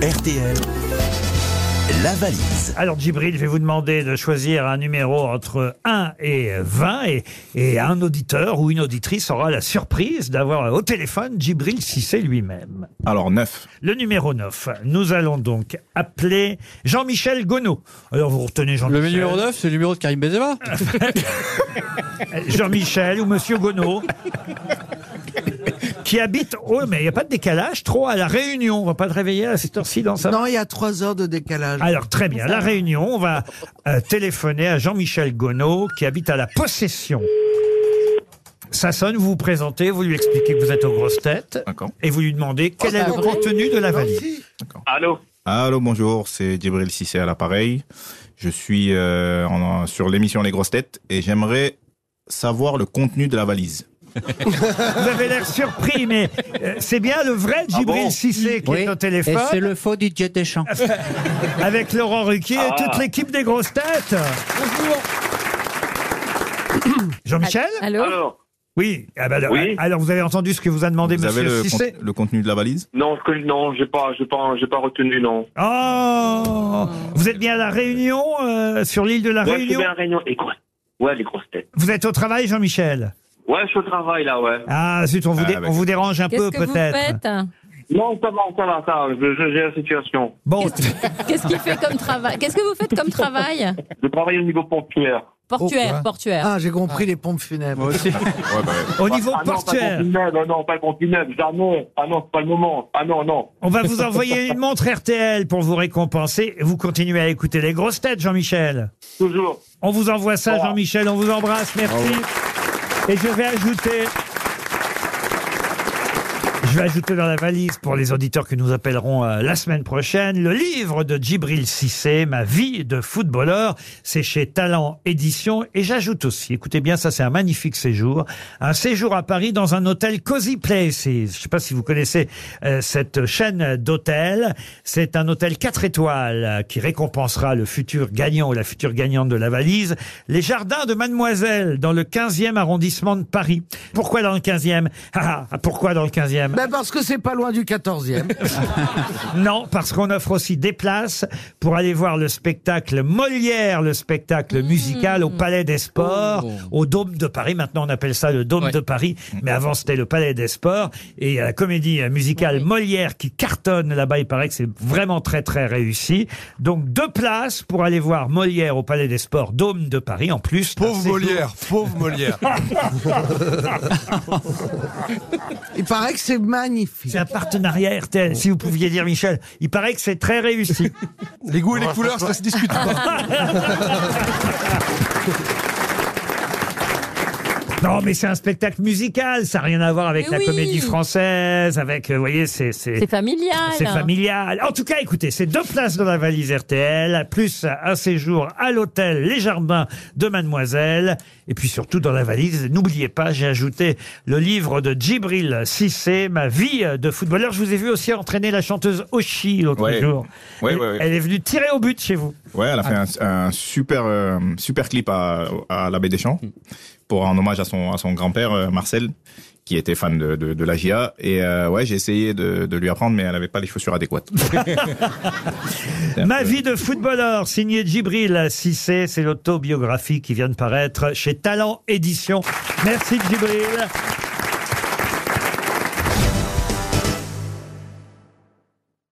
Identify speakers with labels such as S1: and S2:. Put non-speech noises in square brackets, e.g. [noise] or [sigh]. S1: RTL, la valise.
S2: Alors, Djibril, je vais vous demander de choisir un numéro entre 1 et 20 et, et un auditeur ou une auditrice aura la surprise d'avoir au téléphone Djibril Cissé lui-même.
S3: Alors 9.
S2: Le numéro 9, nous allons donc appeler Jean-Michel Gonod. Alors, vous retenez
S4: Le
S2: Jean-Michel.
S4: numéro 9, c'est le numéro de Karim Benzema.
S5: Ah,
S2: Jean-Michel ou Monsieur Gonod. Qui habite, oh, mais il n'y a pas de décalage, trop à La Réunion. On va pas te réveiller à cette heure-ci dans ça. va
S5: Non, il y a trois heures de décalage.
S2: Alors très bien, la réunion, on va euh, téléphoner à Jean-Michel Gonod qui habite à la Possession. Ça sonne, vous vous présentez, vous lui expliquez que vous êtes aux grosses têtes
S3: D'accord.
S2: et vous lui demandez quel est le contenu de la valise.
S6: Allô
S3: Allô, bonjour, c'est Djibril Cissé à l'appareil. Je suis euh, en- sur l'émission Les Grosses Têtes et j'aimerais savoir le contenu de la valise.
S2: Vous avez l'air surpris, mais euh, c'est bien le vrai Djibril
S3: bon
S2: Cissé qui est au téléphone
S4: le faux DJ Deschamps.
S2: avec Laurent Ruquier et
S6: Ah.
S2: toute l'équipe des grosses têtes. [coughs] Jean-Michel
S7: Allô
S6: Allô
S2: Oui. Ah bah alors,
S6: Oui.
S2: alors vous avez entendu ce que vous a demandé
S3: Vous avez
S2: Monsieur
S3: le,
S2: Cissé
S3: con- le contenu de la valise
S6: Non, je connais- non, j'ai pas, j'ai pas, j'ai pas retenu, non.
S2: Oh Vous êtes bien à La Réunion, euh, sur l'île de La
S6: Ouais, je suis
S2: Réunion
S6: bien à Réunion. Et quoi Ouais, les grosses têtes.
S2: Vous êtes au travail, Jean-Michel
S6: Ouais, je suis au travail, là, ouais.
S2: Ah, zut, on vous,
S3: Ah,
S2: dé-
S3: bah,
S2: on vous dérange un
S7: Qu'est-ce
S2: peu,
S7: que vous
S2: peut-être.
S7: faites
S6: Non, ça va, ça va, ça va. Je, je gère la situation.
S2: Bon,
S7: Qu'est-ce qu'il fait comme travail Qu'est-ce que vous faites comme travail
S6: Je travaille au niveau pompière.
S7: Portuaire,
S5: Oh,
S7: portuaire.
S5: Ah, j'ai compris les pompes funèbres.
S4: Moi aussi.
S3: Ouais, bah,
S2: [laughs]
S3: ouais.
S2: au niveau
S6: ah, non, pas
S2: portuaire,
S6: le compte neuf, non, non, pas le compte neuf. Ah non, ah non, c'est pas le moment. Ah non, non.
S2: on va vous envoyer une montre RTL pour vous récompenser. Vous continuez à écouter les grosses têtes, Jean-Michel.
S6: Toujours.
S2: On vous envoie ça,
S6: Bravo.
S2: Jean-Michel. On vous embrasse. Merci. Et je vais ajouter. Je vais ajouter dans la valise pour les auditeurs que nous appellerons euh, la semaine prochaine le livre de Djibril Cissé, Ma vie de footballeur. C'est chez Talent Édition. Et j'ajoute aussi, écoutez bien, ça c'est un magnifique séjour, un séjour à Paris dans un hôtel Cozy Places. Je ne sais pas si vous connaissez euh, cette chaîne d'hôtels. C'est un hôtel 4 étoiles euh, qui récompensera le futur gagnant ou la future gagnante de la valise. Les jardins de Mademoiselle dans le 15e arrondissement de Paris. Pourquoi dans le 15e Ah, ah, Pourquoi dans le 15e
S5: Ben parce que c'est pas loin du 14e.
S2: non, parce qu'on offre aussi des places pour aller voir le spectacle Molière, le spectacle musical au Palais des Sports, au Dôme de Paris. Maintenant, on appelle ça le Dôme
S4: Ouais.
S2: de Paris, mais avant, c'était le Palais des Sports. Et il y a la comédie euh, musicale Molière qui cartonne là-bas. Il paraît que c'est vraiment très, très réussi. Donc, deux places pour aller voir Molière au Palais des Sports, Dôme de Paris, en plus. d'un
S8: Pauvre
S2: séjour-
S8: Molière, pauvre Molière.
S5: Il paraît que c'est magnifique.
S2: C'est un partenariat RTL, si vous pouviez dire, Michel. Il paraît que c'est très réussi.
S8: [laughs] Les goûts et les couleurs, ça se discute pas.
S2: [laughs] Non, mais c'est un spectacle musical, ça n'a rien à voir avec la
S7: Mais oui.
S2: comédie française, avec, euh, vous voyez, c'est... c'est-
S7: C'est familial.
S2: c'est familial. En tout cas, écoutez, c'est deux places dans la valise RTL, plus un séjour à l'hôtel Les Jardins de Mademoiselle. Et puis surtout dans la valise, n'oubliez pas, j'ai ajouté le livre de Djibril Cissé, Ma vie de footballeur. Je vous ai vu aussi entraîner la chanteuse Oshi l'autre
S3: Ouais.
S2: jour.
S3: Ouais,
S2: elle,
S3: ouais, ouais.
S2: elle est venue tirer au but chez vous.
S3: Ouais, elle a fait un, un super, euh, super clip à, à l'abbé Deschamps pour un hommage à son, à son grand-père, euh, Marcel, qui était fan de, de, de la GIA. Et euh, ouais, j'ai essayé de, de lui apprendre, mais elle n'avait pas les chaussures
S2: [laughs]
S3: adéquates.
S2: Ma vie de footballeur, signé Djibril Cissé, c'est l'autobiographie qui vient de paraître chez Talent Édition. Merci Djibril.